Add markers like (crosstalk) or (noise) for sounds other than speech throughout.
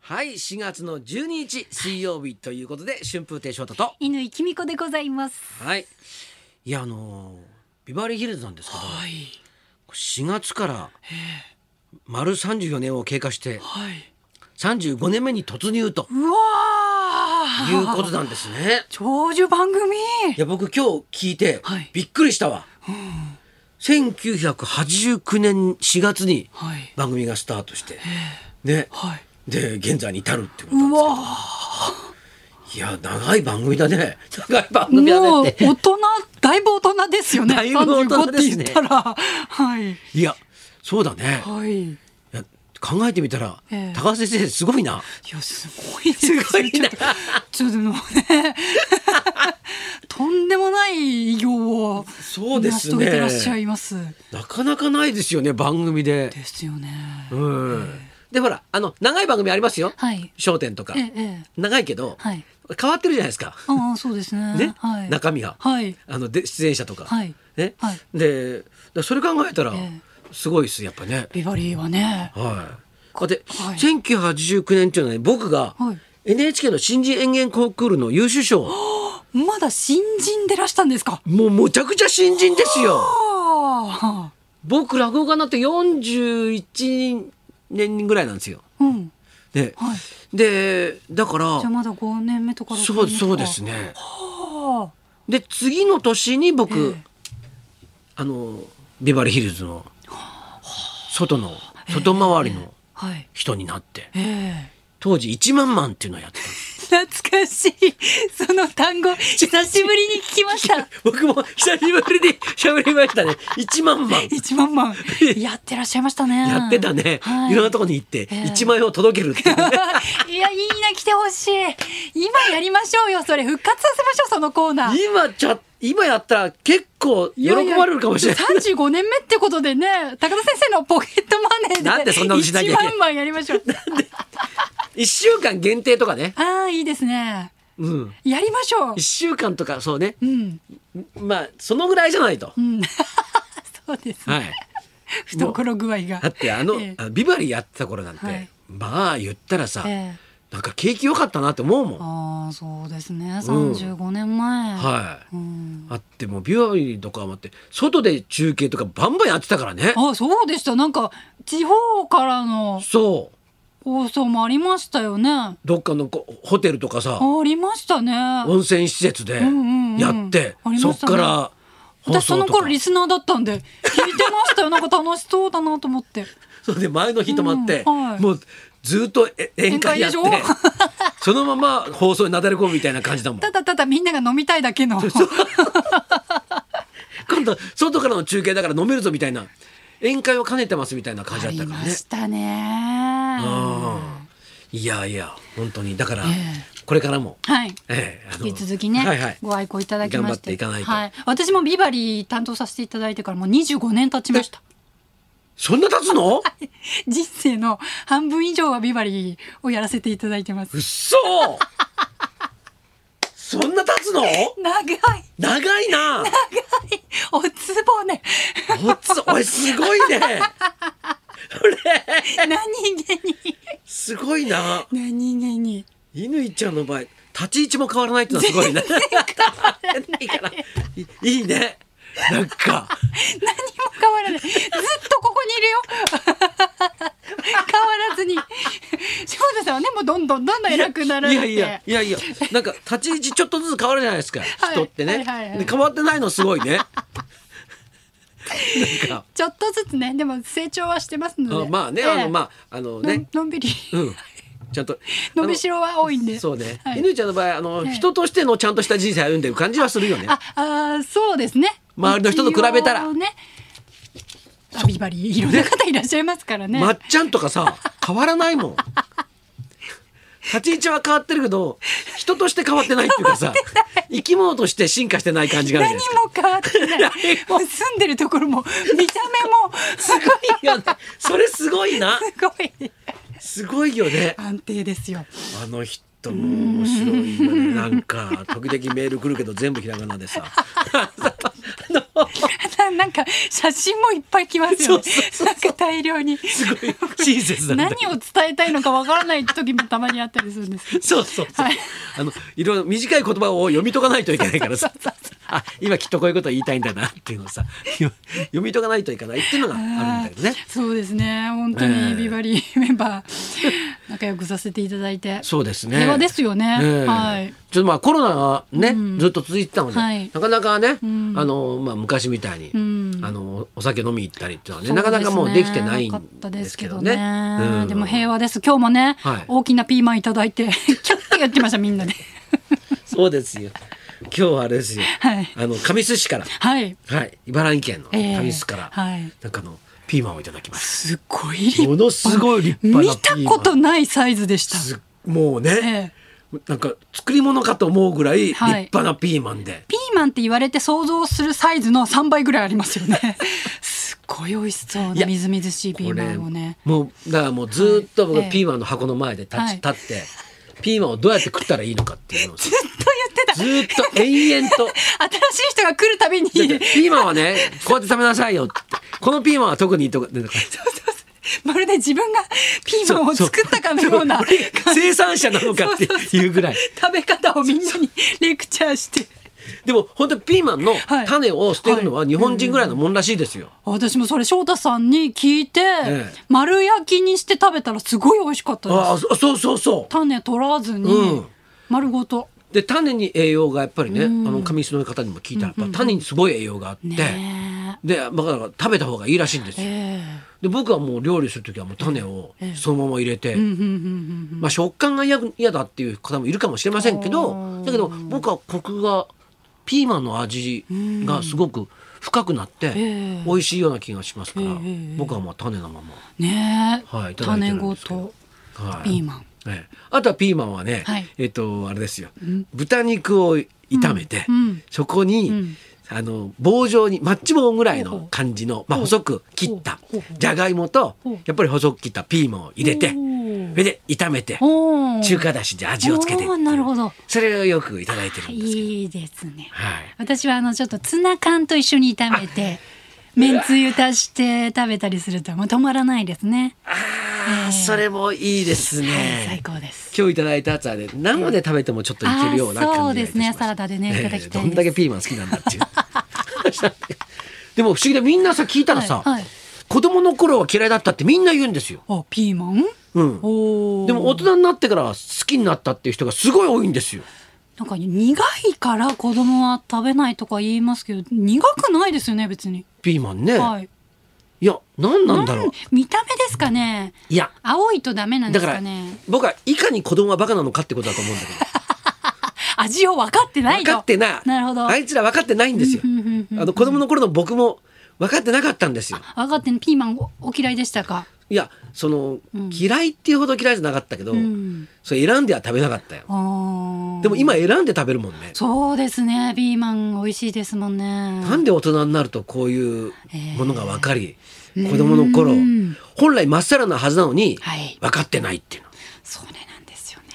はい4月の12日水曜日ということで春風亭昇太と犬井君子でございます。はいいやあのービバリーヒルズなんですけどはい、 4月から丸34年を経過してはい。 35年目に突入とうわいうことなんです (laughs) ね長寿番組。いや僕今日聞いてはいびっくりしたわ、1989年4月にはい。番組がスタートしてねはい。で現在に至るってことなんうですけどわいや長い番組だね長い番もう組だね大って人、だいぶ大人ですよね。だいぶ大人35ですねって言ったら。はい。いやそうだねはい。いいや考えてみたら、ええ高橋先生すごいなや、すごいですすごいなちょっとちょっともうね。とんでもない偉業を。そうですね成し遂げてらっしゃいます。なかなかないですよね番組でですよね。うんでほらあの長い番組ありますよはい『笑点』とかええええ。長いけどはい。変わってるじゃないですかああ、そうですね。ねはい。中身がはい。あので出演者とかはいねはいでだからそれ考えたらえすごいですやっぱねビバリーはね。はいではい1989年っていうのはね僕がはい NHK の新人演芸コンクールの優秀賞まだ新人でらしたんですか。もうむちゃくちゃ新人ですよあ僕落語家になって41年ぐらいなんですよ。あ、うん、で,、はい。でだかじゃあらまだ五年目とかそう六年目とかそうです。ね。はで次の年に僕、ええあのビバリーヒルズの外の外回りのあ、はい。人になってええ当時1万マンっていうのをやってたんです (laughs) 懐かしい。その単語、久しぶりに聞きました。僕も久しぶりに (laughs) 喋りましたね1万マン一万 (laughs) 万。やってらっしゃいましたね。やってたね、、はいいろんなとこに行ってえ1万円を届けるっていうね、 (laughs) いや、いいな、来てほしい。今やりましょうよ、それ。復活させましょう、そのコーナー。今ちゃ今やったら結構喜ばれるかもしれない三十五年目ってことでね、高田先生のポケットマネーで。なんでそんなのしなきゃいけ一ない万万やりまし (laughs) ょう。 1週間限定とかね、ああ、いいですね。うん、やりましょう1。週間とかそうねうん、まあそのぐらいじゃないと、うん。 (laughs) そうです。はい懐具合が。だってあの、ええあビバリーやってた頃なんて、はいまあ言ったらさ、ええなんか景気良かったなって思うもん、ああ、そうですね。三十五年前。はい、うんあってもうビバリーとかもあって外で中継とかバンバンやってたからねあ、そうでした。なんか地方からのそう放送もありましたよね。あどっかのこホテルとかさりましたね。温泉施設でやって、んうんうんありましたねそっから放私そ送のとか頃リスナーだったんで聞いてましたよ。なんか楽しそうだなと思って。そうで前の日泊まって、うんはいもうずっとえ宴会やって宴会でしょ (laughs) そのまま放送になだれ込むみたいな感 (laughs) じだもんただただみんなが飲みたいだけの。今度外からの中継だから飲めるぞみたいな宴会を兼ねてますみたいな感じだあっりたからまねしたうんね。いやいや本当にだから、えこれからも、はい。ええあの引き続きね、はいはいご愛顧いただきま頑張っしてていかないとはい、私もビバリー担当させていただいてからもう25年経ち (laughs) ましたそんな経つの人生の半分以上はビバリーをやらせていただいてまうすっそーそんな経つの長い長いなおつ (laughs) ぼねおつおいすごいねこれ何気にすごいな何気に乾ちゃんの場合立ち位置も変わらないってのはすご (laughs) いねいいからいいいねなんか何も変わらないずっとここにいるよ (laughs) 変わらずに柴田さんはねもうどんどんどんどん偉くなられていやいやいやいやなんか立ち位置ちょっとずつ変わるじゃないですか、い人ってね、はいはいはいで変わってないのすごい (laughs) ねなんかちょっとずつねでも成長はしてますのあでまあね、ええあのまああののねんのんびり (laughs) うんちゃんと伸びしろは多いんあので。そうねはい乾、ちゃんの場合あの、ええ人としてのちゃんとした人生歩んでる感じはするよねあ、あーそうですね。周りの人と比べたら一応ね、あビバリーいろんな方いらっしゃいますからね。まっちゃんとかさ変わらないもん立ち位置は変わってるけど人として変わってないっていうかさ生き物として進化してない感じがあるじ何ゃもないですか変わってない。もう住んでるところも見た目もすいやねそれすごいなごいすごいよね安定ですよ。あの人ともう面白いよねなんか時々メール来るけど全部ひらがなでさななんか写真もいっぱい来ますよね。なんか大量に。すごい親切なんだ何けどを伝えたいのかわからない時もたまにあったりするんですけど。そうそうそう、はいあのいろいろ短い言葉を読み解かないといけないからさそうそうあ今きっとこういうことを言いたいんだなっていうのをさよ読み解かないといけないっていうのがあるんだけどね。そうですね。本当ええにビバリー (laughs) メンバー仲良くさせていただいて。 (laughs) そうですね。平和ですよね。ええはい。ちょっとまあコロナがね、うんずっと続いてたので、はいなかなかね、うんあのまあ昔みたいに、うんあのお酒飲み行ったりっていうのはねそうなかなかもうできてすねないかっんたですけどでね。うんも平和です。今日もね、はい大きなピーマンいただいて、 (laughs) キャッてやってましたみんなで。 (laughs) そうですよ。今日はあれですよ。はいあの神栖市から、はい。はい、茨城県のええ神栖から、はいなんかあのピーマンをいただきます。すっごい立も派。のすごい立派なピーマン見たことないサイズでした。すもうね、ええなんか作り物かと思うぐらい立はい派なピーマンで。ピーマンって言われて想像するサイズの3倍ぐらいありますよ (laughs) ね。すっごい美味しそういなやみずみずしいピーマンをね。もうだからもうずっと僕はいピーマンの箱の前で立ち、はい立ってピーマンをどうやって食ったらいいのかっていうのをずずっと言ってた。っと延々と新し (laughs) い人が来るたびにだってピーマンはねこうやって食べなさいよってこのピーマンは特にとかなんか (laughs) まるで自分がピーマンを作ったかのようなそうそう俺が生産者なのかっていうぐらい食べ方をみんなにレクチャーしてでも本当にピーマンのはい種を捨てるのは日本人ぐらいのもんらしいですよ。私もそれ翔太さんに聞いて、ええ丸焼きにして食べたらすごい美味しかったあであすそそうそうそう。種取らずに、うん丸ごとで種に栄養がやっぱりね、あの上石の方にも聞いたらやっぱ種にすごい栄養があって、ねでまあだから食べた方がいいらしいんですえよ。えで僕はもう料理する時はもう種をそのまま入れて、えうんうんうんまあ、食感が嫌嫌だっていう方もいるかもしれませんけあどーだけど僕はコクがピーマンの味がすごく深くなってえ美味しいような気がしますから、ええ僕はまあ種のまま、うんねえ、はい、いただいて種るんごですけどと、はい、ピーマンええあとはピーマンはね、はいえっ、とあれですよ、豚肉を炒めて、うんうんそこに、んあの棒状にマッチ棒ぐらいほうほのう感じの、まあ、ほう細く切ったほうほうじゃがいもとほうやっぱり細く切ったピーマンを入れておそーれで炒めておー中華だしで味をつけておーなるほどそれをよくいただいてるんですけど、いいですねはい、私はあのちょっとツナ缶と一緒に炒めてめんつゆ足して食べたりするともう止まらないですね、あえあえそれもいいですはい最ね、高です今日いただいたやつはね生で食べてもちょっといけるような感じがいたしあーますそうですねサラダでねいただきたいですどんだけピーマン好きなんだっていう (laughs) でも不思議でみんなさ聞いたらさ、はいはい子供の頃は嫌いだったってみんな言うんですよ、あピーマンうん、おーでも大人になってから好きになったっていう人がすごい多いんですよなんか苦いから子供は食べないとか言いますけど苦くないですよね別に、ピーマンね、はいい、や何なんだろう見た目ですかねいや青いとダメなんでだすかからね僕はいかに子供はバカなのかってことだと思うんだけど味を分かって (laughs) ない分とかってないなるほどあいつら分かってないんですようんうんうんうんあの子供の頃の僕も分かってなかったんですよ分かってんピーマンおお嫌いでしたかいやその、うん嫌いっていうほど嫌いじゃなかったけど、うんそれ選んでは食べなかったよあーでも今選んで食べるもんねそうですねピーマン美味しいですもんねなんで大人になるとこういうものが分かり、ー子供の頃うん本来まっさらなはずなのに、はい分かってないっていうのそれなんですよね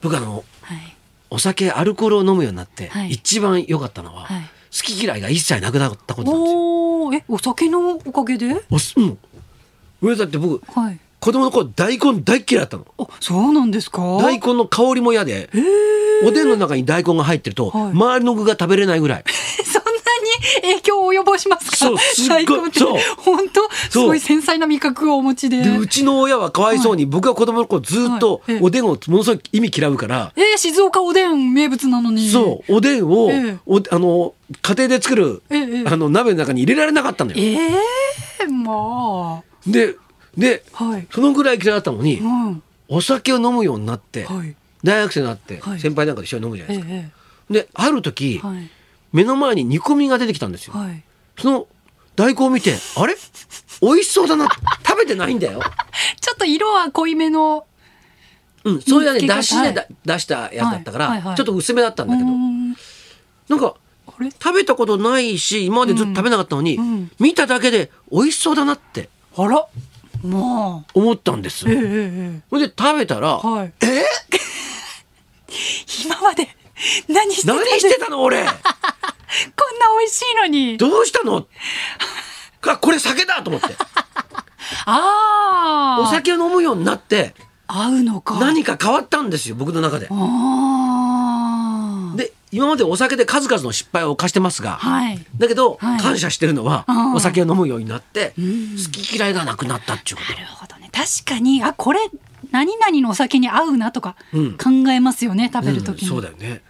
僕あのはいお酒アルコールを飲むようになって、はい一番良かったのは、はい好き嫌いが一切なくなったことなんですよおーえお酒のおかげでおすうん上だって僕はい子供の頃大根大っ嫌いだったのあそうなんですか大根の香りも嫌で、おでんの中に大根が入ってると、はい周りの具が食べれないぐらい (laughs) そんなに影響を及ぼしますかそうすっごい大根ってそう本当すごい繊細な味覚をお持ちででうちの親はかわいそうに、僕は子供の頃ずっとはいええおでんをものすごい意味嫌うから、えー静岡おでん名物なのにそうおでんを、ええおあの家庭で作る、ええええあの鍋の中に入れられなかったのよ。えー、までであはいそのぐらい嫌いだったのに、うんお酒を飲むようになって、はい大学生になって、はい先輩なんかと一緒に飲むじゃなえいえですか。えである時、えはい目の前に煮込みが出てきたんですよ。はいその大根を見てあれ美味しそうだな食べてないんだよ。ちょっと色は濃いめのうん、それは見ねつけ方出汁でだ、は出したやつだったから、はいはいはいちょっと薄めだったんうだけど、んなんかあれ食べたことないし今までずっと食べなかったのに、うんうん見ただけで美味しそうだなってあらまあ思ったんですえええよ。えええそれで食べたら、はいえ今まで何してたん何ですしてたの俺 (laughs) こんな美味しいのにどうしたの (laughs) かこれ酒だと思ってああお酒を飲むようになって合うのか何か変わったんですよ僕の中であーで今までお酒で数々の失敗を犯してますがはいだけどはい感謝してるのはあーお酒を飲むようになってん好き嫌いがなくなったっていうこなるほどね確かにあこれ何々のお酒に合うなとかうん考えますよね、食とべうるん時に、そうだよね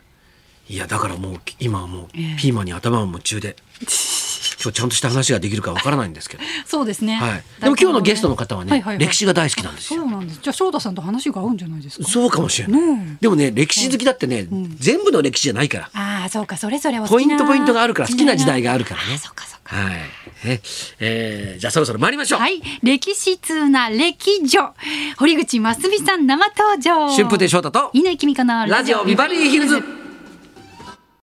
いやだからもう今はもうええピーマンに頭を夢中 (laughs) で今日ちゃんとした話ができるかわからないんですけどそうですね、はい、でも今日のゲストの方はね、だいぶ歴史が大好きなんですそよ。うなんですじゃあ翔太さんと話が合うんじゃないですかそうかもしれない、ねえでもね歴史好きだってね、ん全部の歴史じゃないからああそうかそれぞれお好ポイきなントポイントがあるから好きな時代があるからあーね。そうかそうかはい、ねえーじゃあそろそろ参りましょう、はい歴史通な歴女堀口真澄さん生登場春風亭昇太と稲木美香のラジオビバリーヒルズ